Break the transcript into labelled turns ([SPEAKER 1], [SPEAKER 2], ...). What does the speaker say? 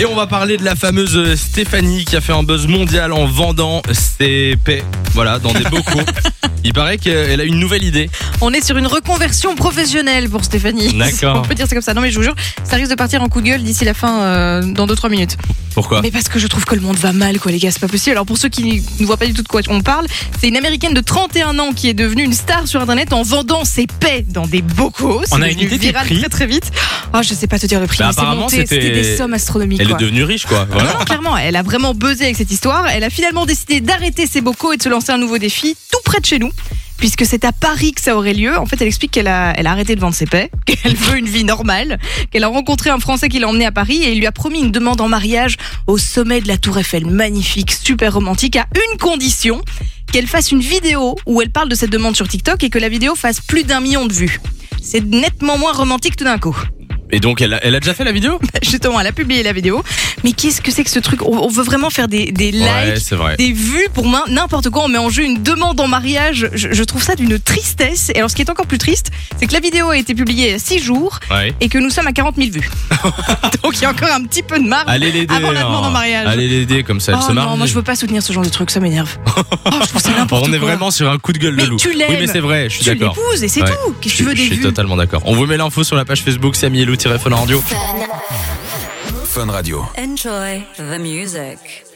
[SPEAKER 1] Et on va parler de la fameuse Stéphanie qui a fait un buzz mondial en vendant ses paix. Voilà, dans des bocaux. Il paraît qu'elle a une nouvelle idée.
[SPEAKER 2] On est sur une reconversion professionnelle pour Stéphanie.
[SPEAKER 1] D'accord.
[SPEAKER 2] On peut dire ça comme ça. Non, mais je vous jure, ça risque de partir en coup de gueule d'ici la fin, euh, dans 2-3 minutes.
[SPEAKER 1] Pourquoi
[SPEAKER 2] Mais parce que je trouve que le monde va mal, quoi, les gars, c'est pas possible. Alors, pour ceux qui ne voient pas du tout de quoi on parle, c'est une américaine de 31 ans qui est devenue une star sur internet en vendant ses paix dans des bocaux. C'est
[SPEAKER 3] On a
[SPEAKER 2] devenu
[SPEAKER 3] une idée des
[SPEAKER 2] viral
[SPEAKER 3] prix
[SPEAKER 2] très très vite. Ah, je sais pas te dire le prix,
[SPEAKER 1] Bah,
[SPEAKER 2] mais c'est
[SPEAKER 1] apparemment,
[SPEAKER 2] monté,
[SPEAKER 1] c'était-
[SPEAKER 2] c'était des sommes astronomiques,
[SPEAKER 1] Elle
[SPEAKER 2] quoi. Ah
[SPEAKER 1] est devenue riche, quoi. Voilà.
[SPEAKER 2] Non, clairement, elle a vraiment buzzé avec cette histoire. Elle a finalement décidé d'arrêter ses bocaux et de se lancer un nouveau défi tout près de chez nous. Puisque c'est à Paris que ça aurait lieu, en fait, elle explique qu'elle a, elle a arrêté de vendre ses paix, qu'elle veut une vie normale, qu'elle a rencontré un Français qui l'a emmenée à Paris et il lui a promis une demande en mariage au sommet de la Tour Eiffel, magnifique, super romantique, à une condition qu'elle fasse une vidéo où elle parle de cette demande sur TikTok et que la vidéo fasse plus d'un million de vues. C'est nettement moins romantique tout d'un coup.
[SPEAKER 1] Et donc, elle a, elle a déjà fait la vidéo
[SPEAKER 2] Justement, elle a publié la vidéo. Mais qu'est-ce que c'est que ce truc on, on veut vraiment faire des, des likes,
[SPEAKER 1] Ouais, c'est vrai.
[SPEAKER 2] des vues pour main, n'importe quoi. On met en jeu une demande en mariage. Je, je trouve ça d'une tristesse. Et alors, ce qui est encore plus triste, c'est que la vidéo a été publiée il y a 6 jours
[SPEAKER 1] Ouais.
[SPEAKER 2] et que nous sommes à 40 000 vues. Donc, il y a encore un petit peu de marge.
[SPEAKER 1] Allez l'aider.
[SPEAKER 2] Avant la demande en
[SPEAKER 1] hein.
[SPEAKER 2] mariage.
[SPEAKER 1] Allez l'aider, comme ça, elle
[SPEAKER 2] Oh
[SPEAKER 1] se marre.
[SPEAKER 2] non, moi je peux pas soutenir ce genre de truc, ça m'énerve. Oh, je trouve ça n'importe quoi.
[SPEAKER 1] On est vraiment sur un coup de gueule
[SPEAKER 2] Mais
[SPEAKER 1] de loup.
[SPEAKER 2] tu
[SPEAKER 1] oui,
[SPEAKER 2] l'aimes.
[SPEAKER 1] mais c'est vrai, je suis
[SPEAKER 2] Tu
[SPEAKER 1] d'accord.
[SPEAKER 2] l'épouses et c'est
[SPEAKER 1] Ouais.
[SPEAKER 2] tout. Qu'est-ce que tu
[SPEAKER 1] Je
[SPEAKER 2] veux des
[SPEAKER 1] suis
[SPEAKER 2] vues
[SPEAKER 1] totalement d'accord. On vous met l'info sur la page Facebook Samy et Lou-Fun Radio.
[SPEAKER 4] Enjoy the music.